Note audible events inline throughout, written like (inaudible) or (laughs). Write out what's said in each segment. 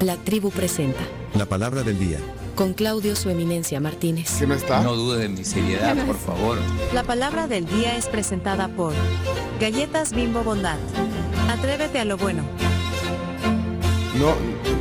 La tribu presenta. La palabra del día. Con Claudio Su Eminencia Martínez. ¿Que no está? No dudes de mi seriedad, por favor. La palabra del día es presentada por Galletas Bimbo Bondad. Atrévete a lo bueno. No,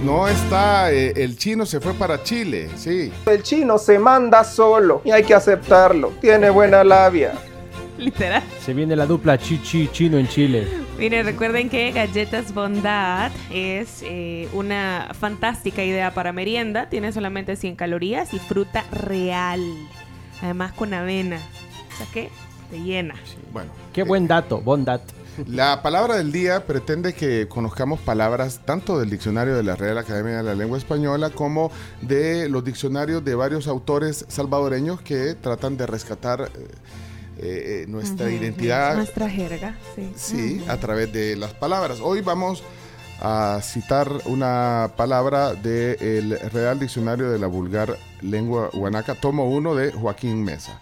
no está. eh, el chino se fue para Chile, sí. El chino se manda solo y hay que aceptarlo. Tiene buena labia. (laughs) Literal. Se viene la dupla chichi chino en Chile. Mire, recuerden que Galletas Bondad es eh, una fantástica idea para merienda. Tiene solamente 100 calorías y fruta real. Además con avena. O sea que te llena. Bueno. Qué eh, buen dato, bon dat. La palabra del día pretende que conozcamos palabras tanto del diccionario de la Real Academia de la Lengua Española como de los diccionarios de varios autores salvadoreños que tratan de rescatar eh, eh, nuestra Ujú, identidad. es Nuestra jerga, sí. Sí, Ah. Ujú. a través de las palabras. Hoy vamos a citar una palabra del Real Diccionario de la Vulgar Lengua Guanaca, tomo 1 de Joaquín Mesa.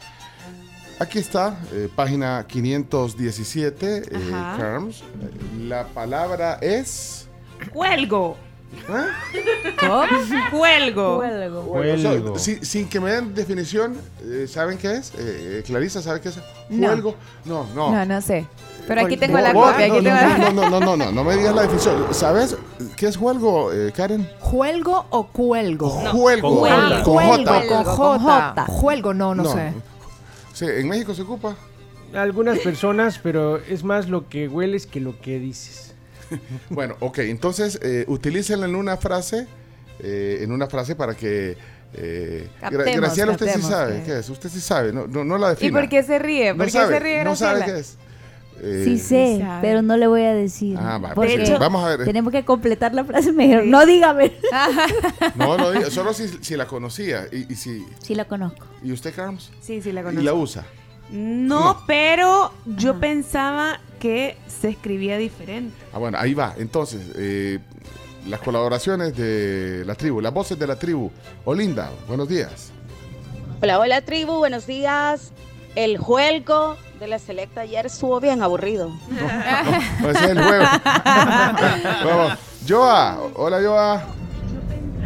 Aquí está, eh, página 517, eh, Ajá. Carms. La palabra es... Cuelgo. ¿Ah? Cuelgo. Bueno, Cuelgo. so- sin, sin que me den definición, eh, ¿saben qué es? Eh, eh, Clarisa, ¿sabe qué es? No. Cuelgo. No, no. No, no sé. Pero aquí Col- tengo la Bo- bo- copia. no, Aquí tengo no, no, la... no, no, no, no, no me digas la definición. ¿Sabes qué es juelgo, eh, Karen? ¿Juelgo o cuelgo? Juelgo. Con Ah, J. Con J. Cuelgo, con Con J. J. Juelgo, no, no, sé. Sí, en México se ocupa. Algunas personas, pero es más lo que hueles que lo que dices. Bueno, ok, entonces eh, utilícenla en una frase, eh, en una frase para que... Eh, Gra- Captemos, Graciela, usted sí captemos, sabe eh. qué es, usted sí sabe, no, no, no la ¿Y defina. por qué se ríe? ¿Por no qué sabe, se ríe no sabe Graciela? qué es. Eh, Sí sé, sabe. pero no le voy a decir. Ah, va, Porque sí. vamos a ver. tenemos que completar la frase. Me dijeron, no dígame. No, no, diga, solo si, si la conocía. ¿Y, y si, Sí la conozco. y usted, Carms? Sí, sí, la Y conozco. la usa. No, pero yo Ajá. pensaba que se escribía diferente. Ah, bueno, ahí va. Entonces, eh, las colaboraciones de la tribu, las voces de la tribu. Olinda, buenos días. Hola, hola tribu, buenos días. El juego de la selecta ayer estuvo bien aburrido. Pues es el (laughs) juego. Vamos. Joa, hola Joa.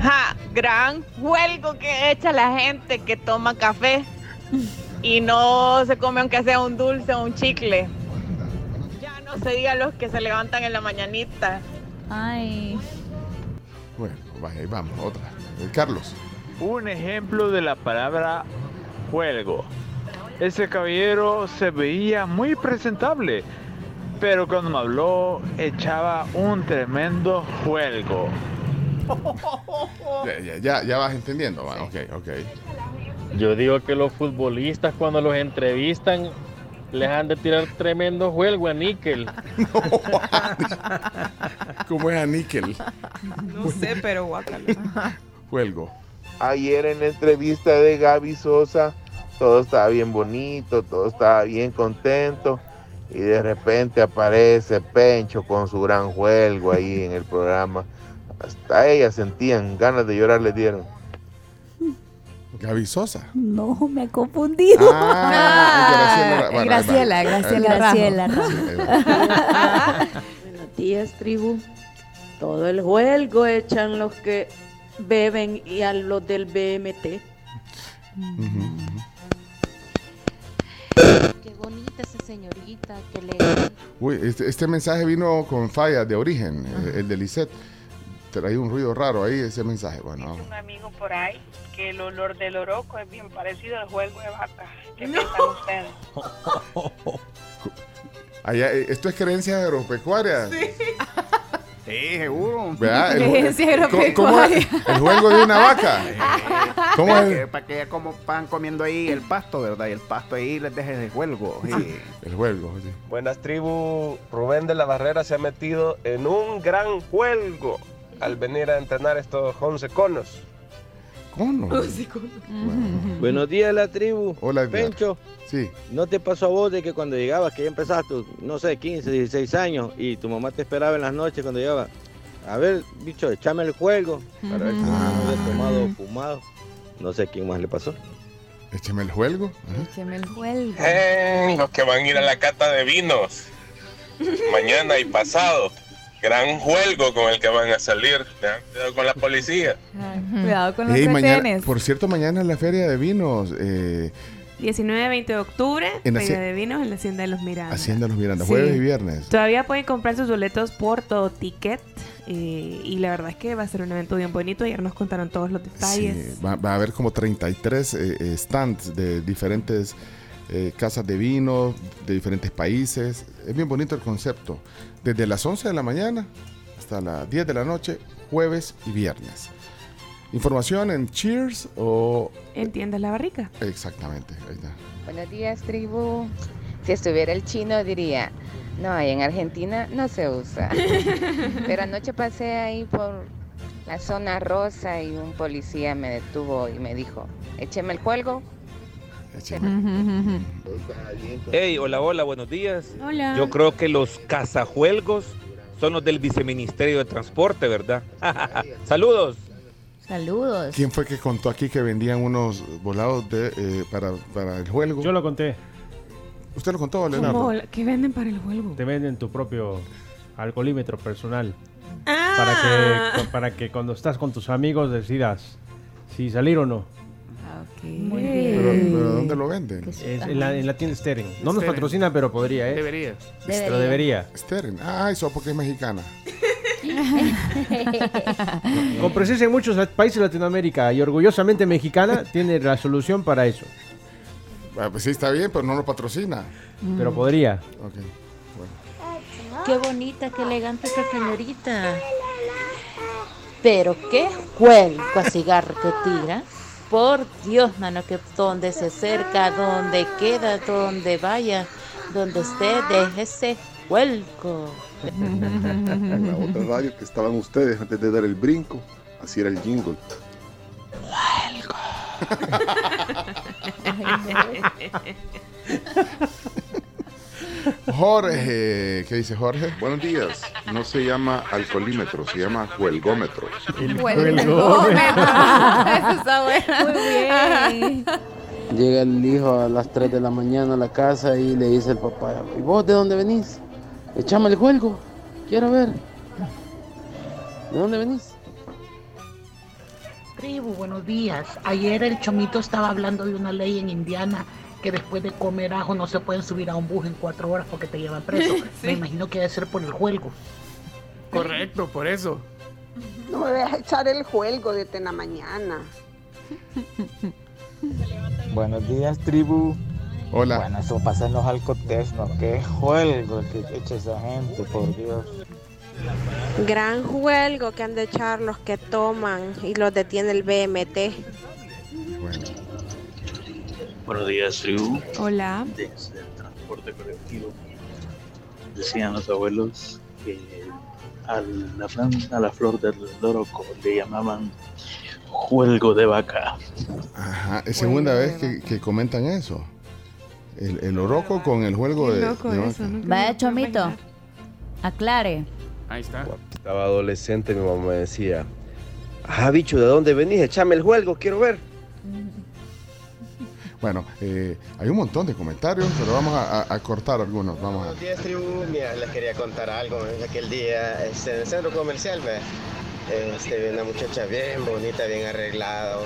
Ja, gran huelgo que echa la gente que toma café y no se come aunque sea un dulce o un chicle. Ya no se diga los que se levantan en la mañanita. Ay. Bueno, vaya, ahí vamos, otra. Eh, Carlos. Un ejemplo de la palabra juelgo. Ese caballero se veía muy presentable, pero cuando me habló echaba un tremendo juelgo. Ya, ya, ya, ya vas entendiendo. va, Ok, ok. Yo digo que los futbolistas cuando los entrevistan les han de tirar tremendo juego a níquel. ¿Cómo es a níquel? No sé, pero (laughs) guácala. Juelgo. Ayer en la entrevista de Gaby Sosa, todo estaba bien bonito, todo estaba bien contento. Y de repente aparece Pencho con su gran juego ahí en el programa. Hasta ellas sentían ganas de llorar, le dieron. Gaby Sosa. No, me ha confundido. Ah, Ah, Graciela, Graciela, Graciela. Rajo. Buenos días tribu. Todo el juego echan los que beben y a los del BMT. Qué bonita esa señorita que le... Uy, este, este mensaje vino con falla de origen, eh, el de Lisette. Trae un ruido raro ahí ese mensaje. Bueno, vamos. Un amigo por ahí que el olor del oroco es bien parecido al juego de vaca. ¿Qué ustedes? Allá, eh, esto es creencia agropecuaria. Sí, seguro. ¿Verdad? El- Creencia el- agropecuaria. ¿cómo es? El juego de una vaca. (laughs) ¿Cómo Para es? que, para que ya como van comiendo ahí el pasto, ¿verdad? Y el pasto ahí les dejes el juego. sí. El juego. sí. Buenas tribu, Rubén de la Barrera se ha metido en un gran juego al venir a entrenar estos 11 conos. ¿Cómo? (laughs) Buenos días la tribu. Hola, Edgar. Pencho, Sí. ¿no te pasó a vos de que cuando llegabas, que ya empezaste, no sé, 15, 16 años, y tu mamá te esperaba en las noches cuando llegaba? A ver, bicho, échame el juego. Para ver si no Ah. he tomado o fumado. No sé quién más le pasó. Écheme el juego. Ajá. Écheme el- Juelgo. los que van a ir a la cata de vinos. Mañana y pasado. gran juego con el que van a salir. Tengan cuidado con la policía. Cuidado con los Ey, mañana- retenes. por cierto, mañana es la feria de vinos. Eh, 19-20 de octubre, En la Feria haci- de Vinos en la Hacienda de los Miranda. Hacienda Los Miranda, Ah. Sí. jueves y viernes. Todavía pueden comprar sus boletos por todo ticket. eh, y la verdad es que va a ser un evento bien bonito. Ayer nos contaron todos los detalles. Sí, va, va a haber como 33 eh, eh, stands de diferentes eh, casas de vino, de diferentes países. Es bien bonito el concepto. Desde las 11 de la mañana hasta las 10 de la noche, jueves y viernes. Información en Cheers o... En Tiendas La Barrica. Exactamente, ahí está. Buenos días, tribu. Si estuviera el chino, diría, no, ahí en Argentina no se (laughs) usa. Pero anoche pasé ahí por la zona rosa y un policía me detuvo y me dijo, écheme el juego. (laughs) Hey, hola, hola, buenos días. Hola. Yo creo que los cazajuelgos son los del viceministerio de transporte, ¿verdad? (laughs) Saludos. Saludos. ¿Quién fue que contó aquí que vendían unos volados de, eh, para, para el juego? Yo lo conté. ¿Usted lo contó, ¿Cómo? Leonardo? ¿Qué venden para el juego? Te venden tu propio alcoholímetro personal. Ah. Para, que, para que cuando estás con tus amigos decidas si salir o no. Muy Pero, Eh, pero ¿dónde lo venden? Es en, la, en la tienda Steren. No nos Steren. patrocina, pero podría, ¿eh? Debería. Pero debería. Steren. Ah, eso porque es mexicana. Con presencia en muchos países de Latinoamérica y orgullosamente mexicana, (laughs) tiene la solución para eso. Ah, pues sí, está bien, pero no lo patrocina. Pero podría. Ok. Bueno. (laughs) Qué bonita, qué elegante esta señorita. Pero qué cuelgo a cigarro que tira. Por Dios, mano, que donde se acerca, donde queda, donde vaya, donde esté, deje ese cuelco. en la otra radio que estaban ustedes antes de dar el brinco. Así era el jingle. Jorge, ¿qué dice Jorge? Buenos días. No se llama alcoholímetro, se llama huelgómetro. Eso está bueno. Muy bien. Llega el hijo a las 3 de la mañana a la casa y le dice el papá, ¿y vos de dónde venís? Echame el juego, quiero ver. ¿De dónde venís? Tribu, buenos días. Ayer el Chomito estaba hablando de una ley en Indiana que después de comer ajo no se pueden subir a un bus en cuatro horas porque te llevan preso. Me imagino que debe ser por el juego. Correcto, por eso. No me vayas a echar el juego desde la mañana. Buenos días, tribu. Hola. Bueno, eso pasa en los alcoternos. Qué juego el que echa esa gente, por Dios. Gran juego que han de echar los que toman y los detiene el BMT. Buenos días, tribu. Hola. Desde el transporte colectivo decían los abuelos que a la, flan- a la flor del loroco le llamaban juelgo de vaca. Ajá, es segunda vez que, que comentan eso. El, el oroco con el juego de. de vaca. Vaya, Chomito. Aclare. Ahí está. Estaba adolescente, mi mamá me decía, ah, bicho, ¿de dónde venís? Echame el juego, quiero ver. Bueno, eh, hay un montón de comentarios, pero vamos a, a- a cortar algunos. Vamos a. Buenos días, tribu. Mira, les quería contar algo. ¿ves? Aquel día este, en el centro comercial, ¿ves? Este, vi una muchacha bien bonita, bien arreglada.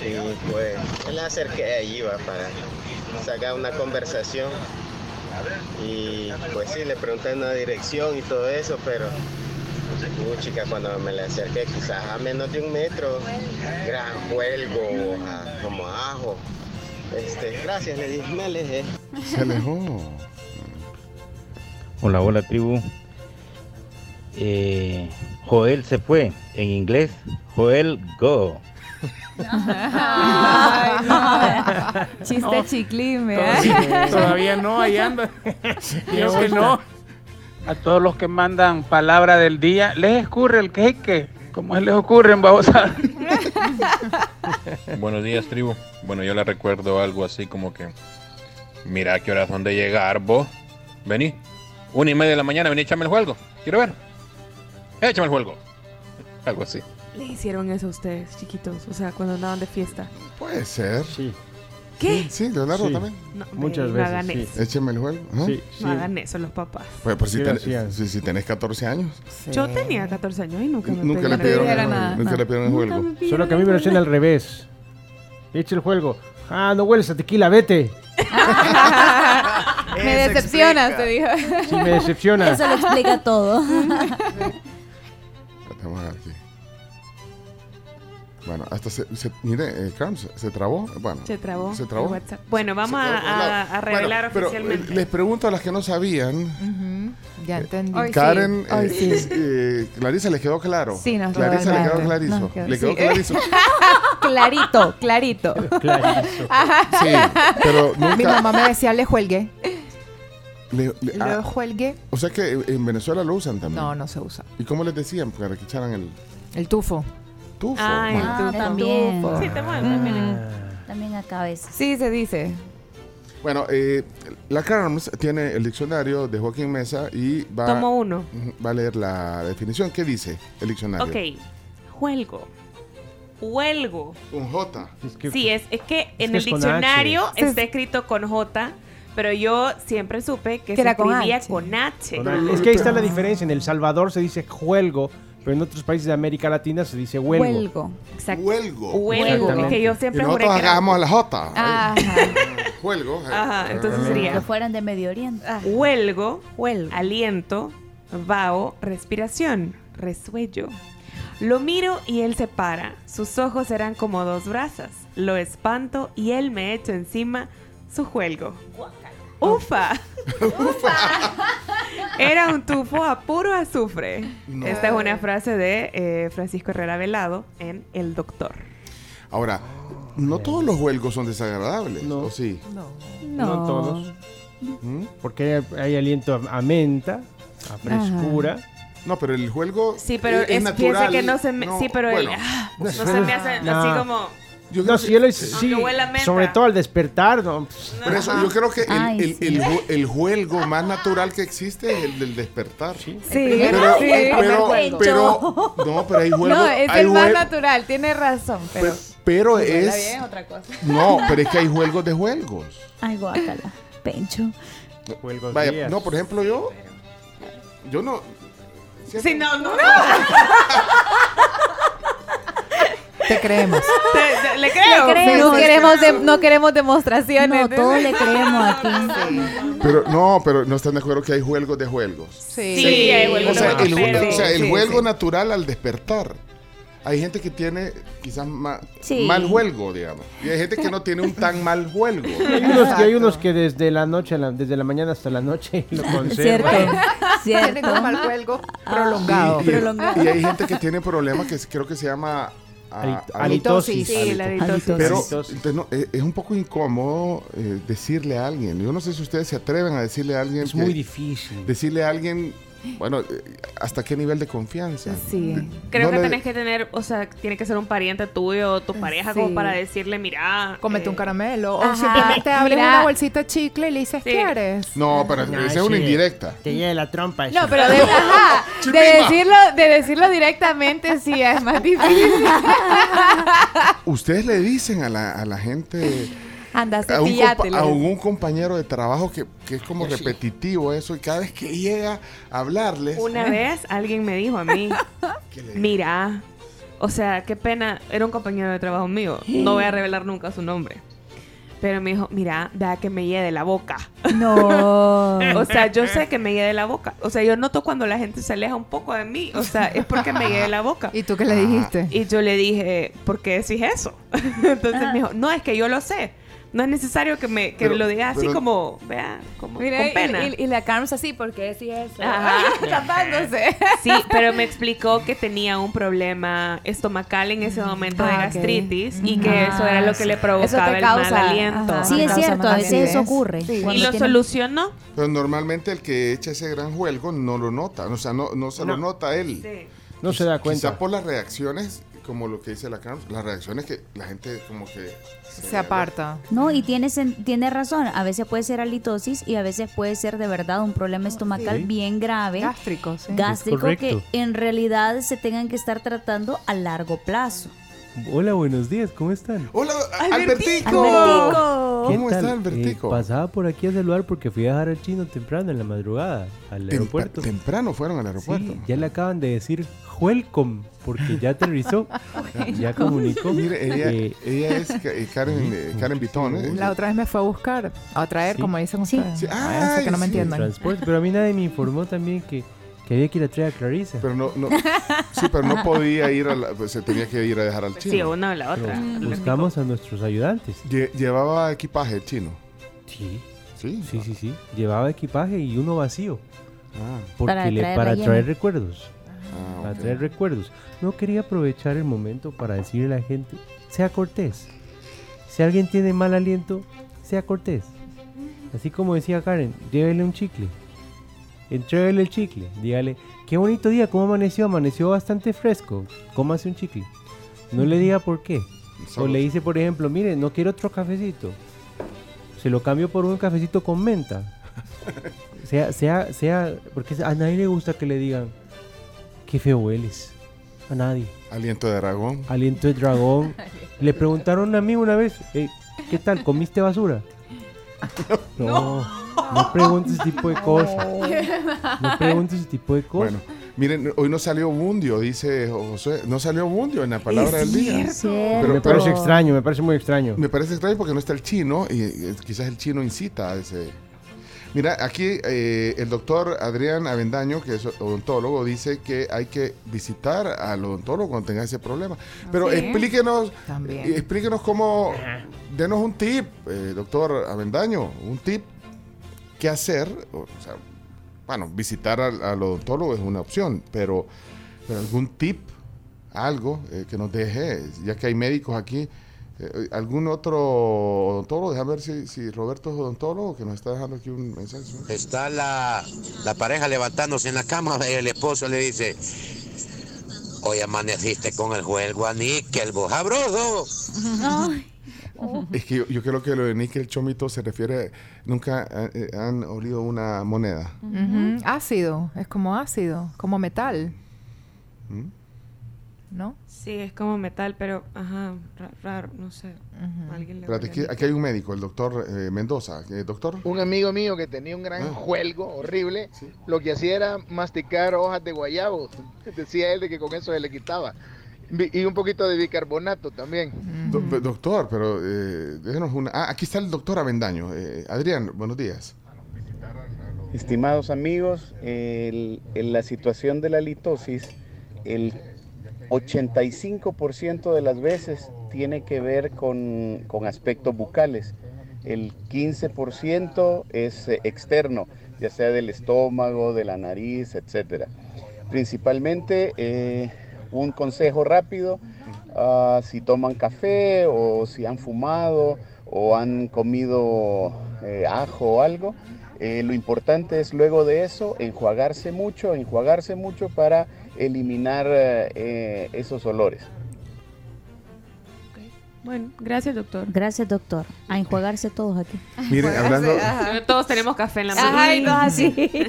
Y pues, me la acerqué allí, va, para sacar una conversación. Y pues sí, le pregunté una dirección y todo eso, pero... Uh, chica, cuando me le acerqué, quizás a menos de un metro, gran juego, a- como ajo. Este, gracias, le dije, me alejé. Se alejó. Hola, hola, tribu. Eh, Joel se fue, en inglés, Joel go. Ay, no. Chiste No. (laughs) chiclime. Todavía, todavía no, ahí anda. (laughs) Creo que no. A todos los que mandan palabra del día, les escurre el queque. Como les ocurre, vamos a... (laughs) Buenos días, tribu. Bueno, yo le recuerdo algo así como que. Mira a qué horas son de llegar, vos. Vení. Una y media de la mañana, vení, échame el juego. Quiero ver. Échame el juego. Algo así. Le hicieron eso a ustedes, chiquitos. O sea, cuando andaban de fiesta. Puede ser. Sí. ¿Qué? Sí, Leonardo Sí. también. No, hombre, Muchas no veces, hagan sí. eso. Écheme el juego. ¿ah? Sí, No hagan eso los papás. Pues por si, Sí, ten- gracias. si, si tenés 14 años. Yo tenía 14 años y nunca me Nunca le pidieron, el juego, nunca le pidieron el juego. Solo que a mí me lo hacen al revés. Eche el juego. Ah, no hueles a tequila, (laughs) vete. Me decepcionas, te dijo. Sí, me decepciona. Eso lo explica todo. Vamos a ver aquí. Bueno, hasta se, se- mire, eh, Cram, se, se trabó. Bueno, Se trabó. Se trabó. el WhatsApp. Bueno, vamos Se a, trabó. No, a- a bueno, revelar pero, eh, oficialmente. les pregunto a las que no sabían. Eh, Ya entendí. Karen, Hoy eh, sí. eh, Clarisa le quedó claro. Sí, nos quedó Clarisa le claro. quedó clarizo. Nos quedó- le quedó sí. (laughs) clarizo. clarito, clarito. (laughs) Clarizo. Sí, pero Mi nunca. mamá me decía, le juelgué. le- le- ah, Le juelgué. o sea que eh, en Venezuela lo usan también. No, no se usa. ¿Y cómo les decían para que echaran el El tufo. tufo? Ah, el Bueno. tufo. también. Sí, también, también. También acá a veces. Sí, se dice. Bueno, eh, la Carms tiene el diccionario de Joaquín Mesa y va, Tomo uno. Ujú, va a leer la definición. ¿Qué dice el diccionario? Ok, huelgo. Huelgo. Un J. Sí, es, es que en que el es con diccionario H. está escrito con J, pero yo siempre supe que, Que se era con escribía H. con H. Es que ahí está la diferencia. En El Salvador se dice juelgo, pero en otros países de América Latina se dice huelgo. Exacto. Huelgo. Huelgo, es que yo siempre y juré nosotros que era- Ah. hagamos la J. (laughs) Ajá. Ah. Huelgo. eh. Ajá, entonces Que sería fueran de Medio Oriente. huelgo, aliento, vaho, respiración, resuello. Lo miro y él se para. Sus ojos eran como dos brasas. Lo espanto y él me echa encima su juelgo. (laughs) ¡Ufa! Era un tufo a puro azufre. No. Esta es una frase de eh, Francisco Herrera Velado en El Doctor. Ahora, no todos los huelgos son desagradables, ¿o sí? No, todos. ¿Mm? Porque hay, hay aliento a, a menta, a frescura. No, pero el huelgo Sí, pero es, es, natural. piensa que no se me, sí, pero el- bueno. ah, no se me hace No. así como Yo creo No, que- sí, él es- sí, Aunque huela a menta. sobre todo al despertar. No, pues, Por eso, yo creo que el, Ay, el, sí. el ju- el juelgo más natural que existe es el del despertar. Sí, primero, pero, sí, el primer pero, juelgo. pero- no, pero hay juelgo. no, es hay el más juel- natural, tiene razón. Pero, pe- pero Si huela es. bien, otra cosa. (laughs) No, pero es que hay juelgos de juelgos. Ay, guácala. Pencho. Huelgos Vaya, días. no, por ejemplo, yo. Yo no. Sí, no, no. Te creemos. Te- te- le No, creo. no queremos, de- no queremos demostraciones. No, todos le creemos aquí. Pero no, pero no están de acuerdo que hay juelgos de juelgos. Sí. Sí, hay juelgos O sea, de el, juegos, o sea, pero- el sí, juelgo sí. natural al despertar. Hay gente que tiene quizás ma- Sí. mal juelgo, digamos. Y hay gente que no tiene un tan mal juelgo. (laughs) Hay unos, que- hay unos que desde la noche, a la- desde la mañana hasta la noche lo Cierto. conservan. Tienen Cierto. un mal juego prolongado. Y, y- Prolongado. y hay gente que tiene problemas que creo que se llama a- Alito- a- halitosis. Sí, la halitosis. halitosis. Pero Exitoso. entonces, no, eh, es un poco incómodo eh, decirle a alguien. Yo no sé si ustedes se atreven a decirle a alguien. Es que- muy difícil. Decirle a alguien, bueno, eh, hasta qué nivel de confianza. Sí. Creo No que le- tenés que tener, o sea, tiene que ser un pariente tuyo o tu pareja como Sí. para decirle, mira, Cómete eh, un caramelo. Ajá, o simplemente abres mira. una bolsita de chicle y le dices, Sí. ¿quieres? No, pero No, esa es una sí. indirecta. Te llega la trompa. No, pero de, ajá, de, decirlo, de decirlo directamente sí es más (laughs) difícil. Ustedes le dicen a la, a la gente, Anda, a un, cepillate. compa- a un compañero de trabajo que, que es como repetitivo eso, y cada vez que llega a hablarles, Una vez alguien me dijo a mí, ¿qué le- mira, o sea, qué pena, era un compañero de trabajo mío, no voy a revelar nunca su nombre. Pero me dijo, mira, vea que me lleve de la boca. No. (laughs) O sea, yo sé que me lleve de la boca. O sea, yo noto cuando la gente se aleja un poco de mí. O sea, es porque me lleve de la boca. ¿Y tú qué le dijiste? Y yo le dije, ¿por qué decís eso? (laughs) Entonces me dijo, no, es que yo lo sé. No es necesario que me que Pero- lo digas así pero- como, vea, como Mira, con y- pena. Y, y la Carms así, porque sí es Ajá. tapándose. Sí, pero me explicó que tenía un problema estomacal en ese momento de Ah, ok. gastritis y que Ah, eso era lo que le provocaba el mal aliento. ajá, Sí, te es causa cierto, mala a veces eso acidez. ocurre. Sí. Y Cuando lo tienen- solucionó. Pero normalmente el que echa ese gran juelgo no lo nota, o sea, no, no se lo No. nota él. No se da Quizás cuenta. por las reacciones, como lo que dice la Carms, las reacciones que la gente como que... Se aparta. No, y tiene, sen- tiene razón. A veces puede ser halitosis y a veces puede ser de verdad un Ah, problema estomacal Sí. bien grave, Gástrico, sí. gástrico, Es que correcto. en realidad se tengan que estar tratando a largo plazo. Hola, buenos días, ¿cómo están? ¡Hola, Albertico! Albertico. Albertico. ¿Cómo está Albertico? Eh, pasaba por aquí a saludar porque fui a dejar al chino temprano en la madrugada al Tempa- aeropuerto. Temprano fueron al aeropuerto. Sí, ya le acaban de decir welcome porque ya aterrizó, ya (laughs) comunicó. Mire, ella, Eh, ella es Ca- eh, Karen, eh, Karen Vitón. ¿eh? La otra vez me fue a buscar, a traer, Sí. como dicen Sí. ustedes. Sí. Ah, eso que no me sí, entiendan. transporte, pero a mí nadie me informó también que, que había que ir a traer a Clarisa. Pero no, no, sí, pero no podía ir a la- pues, se tenía que ir a dejar al chino. Sí, una o la otra. Mm. Pero buscamos a nuestros ayudantes. Lle- llevaba equipaje el chino. Sí. Sí. Sí, sí, sí. Llevaba equipaje y uno vacío. Porque Para le- traer para relleno. traer recuerdos. Ah, Para ok. traer recuerdos. No quería aprovechar el momento para decirle a la gente, sea cortés. Si alguien tiene mal aliento, sea cortés. Así como decía Karen, llévele un chicle. Entrégale el chicle. Dígale, qué bonito día, ¿cómo amaneció? Amaneció bastante fresco. Cómase un chicle. No le diga por qué. O le dice, por ejemplo, mire, no quiero otro cafecito. Se lo cambio por un cafecito con (laughs) menta. Sea, sea, sea, porque a nadie le gusta que le digan, qué feo hueles. A nadie. Aliento de dragón. (laughs) Aliento de dragón. le preguntaron a mí una vez, "Eh, ¿qué tal? ¿Comiste (laughs) basura? No, no, preguntes ese (laughs) tipo de cosas. No preguntes ese tipo de cosas. Bueno, miren, hoy no salió Bundio, dice José. No salió Bundio en la palabra del día. me parece extraño, me parece muy extraño. Me parece extraño porque no está el chino y eh, quizás el chino incita a ese... Mira, aquí eh, el doctor Adrián Avendaño, que es odontólogo, dice que hay que visitar al odontólogo cuando tenga ese problema. Pero Ah, Sí. explíquenos, También. eh, explíquenos cómo, denos un tip, eh, doctor Avendaño, un tip, qué hacer. O o sea, bueno, visitar al, al odontólogo es una opción, pero, pero algún tip, algo eh, que nos deje, ya que hay médicos aquí. Eh, ¿Algún otro odontólogo? Déjame ver si, si Roberto es odontólogo, que nos está dejando aquí un mensaje. Está la, la pareja levantándose en la cama (laughs) y el esposo le dice, hoy amaneciste con el juego a níquel, vos sabroso". Es que yo, yo creo que lo de Nickel Chomito se refiere, nunca eh, eh, han olido una moneda. Mm. Ujú, Ácido, es como ácido, como metal, ¿Mm? ¿no? Sí, es como metal, pero ajá, ra- raro, no sé. Alguien le Espérate, huele aquí, a mí. aquí hay un médico, el doctor eh, Mendoza. Eh, doctor, Un amigo mío que tenía un gran Ah. juelgo horrible, lo que hacía era masticar hojas de guayabo. (laughs) Decía él de que con eso se le quitaba. Vi- Y un poquito de bicarbonato también. do- doctor, pero eh, déjenos una... Ah, aquí está el doctor Avendaño. Eh, Adrián, buenos días. Estimados amigos, el- en la situación de la litosis, el 85% de las veces tiene que ver con, con aspectos bucales. El 15% es eh, externo, ya sea del estómago, de la nariz, etc. Principalmente, eh, un consejo rápido, ah, si toman café o si han fumado o han comido eh, ajo o algo, eh, lo importante es luego de eso enjuagarse mucho, enjuagarse mucho para eliminar eh, eh, esos olores. Bueno, gracias, doctor. Gracias, doctor. A enjuagarse todos aquí. Miren, hablando... eh, Todos tenemos café en la mano. Ajá, y todos así. (laughs)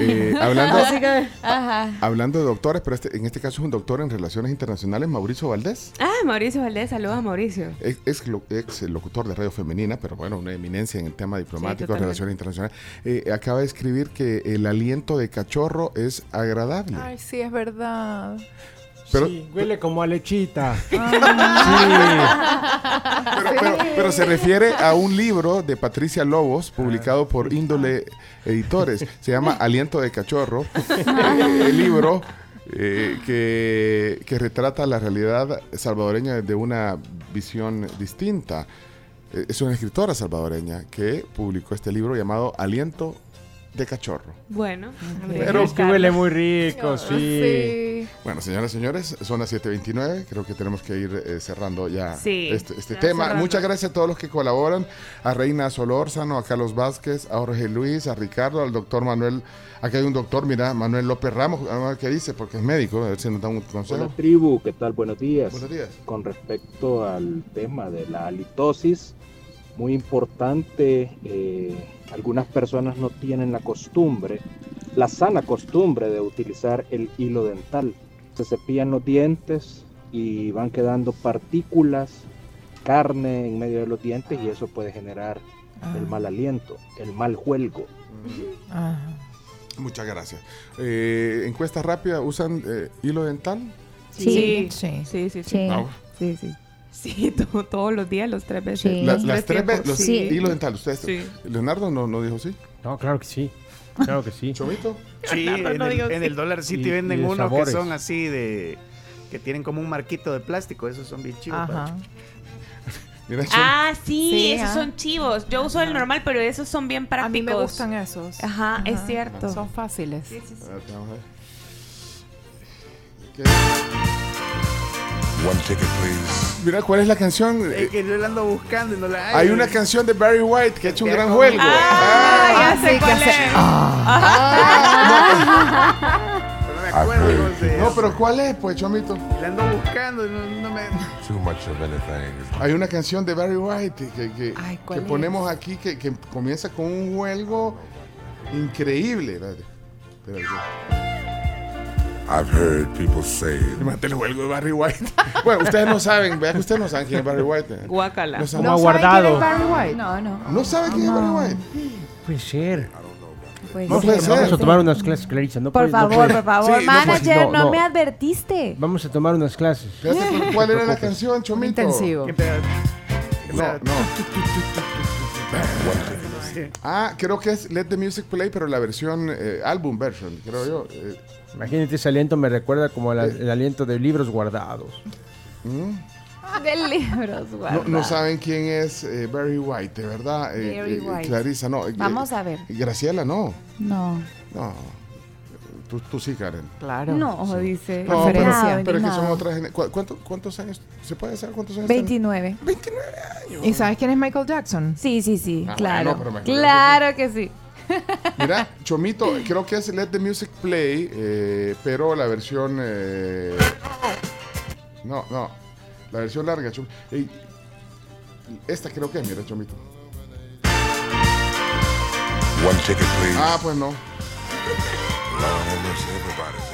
Eh, hablando- Así que, ajá. Hablando de doctores, pero este- en este caso es un doctor en relaciones internacionales, Mauricio Valdés, Ah, Mauricio Valdés, saludos a Mauricio. ex, ex lo- ex locutor de radio femenina, pero bueno, una eminencia en el tema diplomático, totalmente. relaciones internacionales, eh, acaba de escribir que el aliento de cachorro es agradable. Ay, sí, es verdad. Pero, Sí, huele como a lechita. (laughs) pero, pero se refiere a un libro de Patricia Lobos, publicado por Índole Editores, se llama Aliento de cachorro, Eh, el libro... eh, que, que retrata la realidad salvadoreña desde una visión distinta. Eh, Es una escritora salvadoreña que publicó este libro llamado Aliento de Cachorro. Bueno, habría Pero que que huele buscarlo. muy rico, sí. Bueno, señoras y señores, son las 7.29. Creo que tenemos que ir eh, cerrando ya Sí, este, este ya tema. cerrando. Muchas gracias a todos los que colaboran. A Reina Solórzano, a Carlos Vázquez, a Jorge Luis, a Ricardo, al doctor Manuel. Aquí hay un doctor, mira, Manuel López Ramos. Vamos a ver qué dice, porque es médico. A ver si nos da un consejo. Hola tribu, ¿qué tal? Buenos días. Buenos días. Con respecto al tema de la halitosis, muy importante, eh, algunas personas no tienen la costumbre, la sana costumbre de utilizar el hilo dental. Se cepillan los dientes y van quedando partículas carne en medio de los dientes y eso puede generar el mal aliento, el mal juelgo. Muchas gracias. Eh, encuesta rápida, ¿usan eh, hilo dental? Sí. Sí, sí, sí. Sí, Ah, bueno. sí. sí. (laughs) Sí, to- todos los días, los tres veces. La- los las tres veces, tiempos, los sí. hilos dentales. Ustedes, Sí. Leonardo no, no dijo sí. No, claro que sí. Claro que sí. ¿Chomito? Sí, Leonardo, en, no el, digo en sí. el Dollar City Y- y venden de unos que sabores. son así de. que tienen como un marquito de plástico. Esos son bien chivos. Ajá. padre. Mira, Chom- Ah, sí, Sí, esos ajá. son chivos. Yo uso el normal, pero esos son bien prácticos. mí me gustan esos. Ah. Ajá, es Ajá. cierto. Son fáciles. A ver, vamos a ver. One ticket, please. Mira, ¿cuál es la canción? Es que yo la ando buscando y no la Hay una canción de Barry White que ha hecho un gran juego. Ah, ya sé cuál es. Ah. No me acuerdo, no sé. No, pero ¿cuál es, pues, Chomito? La ando buscando y no, no me. Too much of anything. Hay una canción de Barry White que, que- ¿cuál que es? ponemos aquí que, que comienza con un juego increíble. Espérate, espérate. I've heard people say. Mate el juego de Barry White. bueno, ustedes no saben, vean que ustedes no saben quién es Barry White. Guácala. No saben. Como aguardado. No, no. ¿No sabe quién es Barry White? Puede ser. Pues Puede Vamos, ser. a, vamos a tomar unas clases, Clarisa. No Por puede- no favor, puede. Pues, por favor. Manager, no, me advertiste. Vamos a tomar unas clases. (laughs) Espérate, ¿cu- ¿Cuál era la preocupes. canción, Chomito? Intensivo. No, no. Ah, creo que es Let the Music Play, pero la versión, eh, álbum version, creo yo. eh. Imagínate, ese aliento me recuerda como la- el aliento de libros guardados. Mm. De libros, guau. No, no saben quién es eh, Barry White, de verdad. eh, Barry eh, White. Clarisa, no. eh, Vamos a ver. Graciela, no. No. No. Tú, tú sí, Karen. Claro. No, dice. No, pero, Preferencia. pero es que son No. otras. gene- ¿cu- cuánto- ¿Cuántos años? ¿Se puede saber cuántos años? 29. 29 años. ¿Y sabes quién es Michael Jackson? Sí, sí, sí. Ah, claro. bueno, pero me- claro que sí. tienen? Mira, Chomito, creo que es Let the Music Play, eh, pero la versión. eh, no, no. La versión larga, Chom- Ey, Esta creo que es, mira, Chomito. One ticket, please. Ah, pues no. Lord have mercy, everybody's here.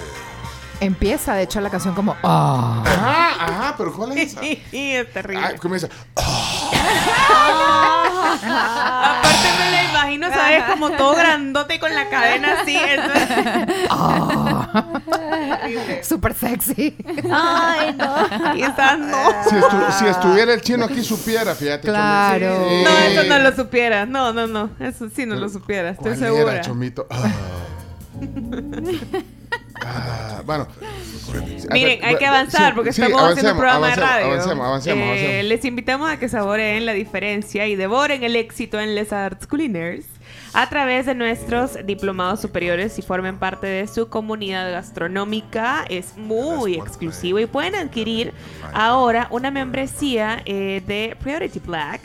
Empieza, de hecho, la canción como. "Ah". Ajá, ajá, pero ¿cuál es esa? (laughs) es terrible. Ah, comienza. Aparte me lo imagino, (laughs) ¿sabes? Como todo grandote con la cadena así. entonces- Súper sexy. Ay, no. Quizás no. Si, estu- si estuviera el chino aquí, supiera, fíjate. Chomito. Claro. Sí. No, eso no lo supiera. No, no, no. Eso sí no lo supiera. Estoy ¿Cuál era, segura. (laughs) Chomito? Ah. Ah, bueno. A Miren, ver, hay que bueno, avanzar sí, porque sí, estamos haciendo avancemos, un programa avancemos, de radio. Avancemos, avancemos, Eh, avancemos. Les invitamos a que saboreen la diferencia y devoren el éxito en Les Arts Culiners a través de nuestros diplomados superiores y formen parte de su comunidad gastronómica. Es muy exclusivo y pueden adquirir ahora una membresía eh, de Priority Black.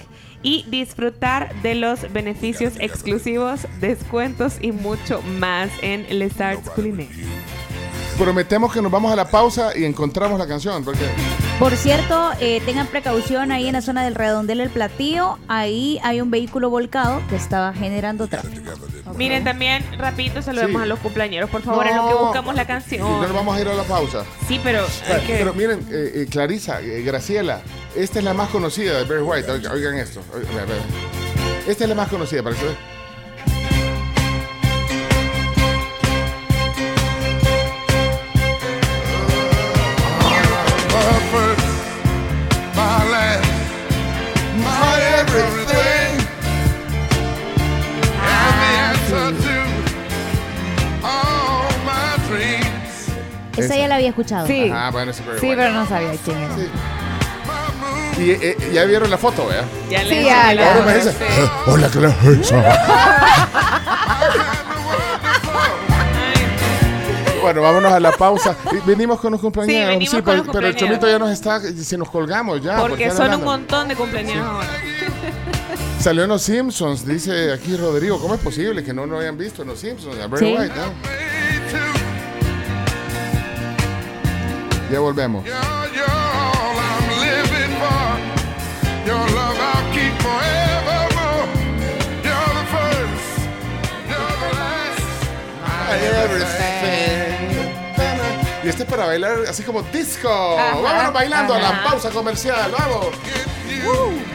Y disfrutar de los beneficios exclusivos, descuentos y mucho más en Les Arts Culiners. Prometemos que nos vamos a la pausa y encontramos la canción. Porque Por cierto, eh, tengan precaución ahí en la zona del redondel del platillo. Ahí hay un vehículo volcado que estaba generando tráfico. Miren, también, rapidito, saludemos Sí. a los cumpleañeros, por favor, en lo No. que buscamos la no canción. nos vamos a ir a la pausa. Sí, pero... hay que- Pero miren, eh, eh, Clarisa, eh, Graciela, esta es la más conocida de Barry White. Oigan, oigan esto. Oigan, a ver. Esta es la más conocida, para que My life, my everything. I'm the answer to all my dreams. Esa ya la había escuchado. Sí. Ah, bueno, es Barry Sí, White. pero no sabía eh, quién era. Y eh, ya vieron la foto, ¿verdad? Ya Sí, ya, ya. Ahora me dice, "Ah, hola, Clarisa. Ah, Bueno, vámonos a la pausa. Y Venimos con los Sí, cumpleaños. venimos con pero, pero los el cumpleaños. chomito ya nos está, si nos colgamos ya. porque andan son un hablando? montón de cumpleaños ahora. Salió en Los Simpsons, dice aquí Rodrigo. ¿Cómo es posible que no lo hayan visto en Los Simpsons? A Barry Sí. White, ¿no? Ya volvemos. You're, you're all I'm living for. Your love I'll keep forevermore. You're the first. You're the last. My Y este es para bailar así como disco. Ajá, Vámonos bailando a ajá. la pausa comercial. Vamos. everything. you.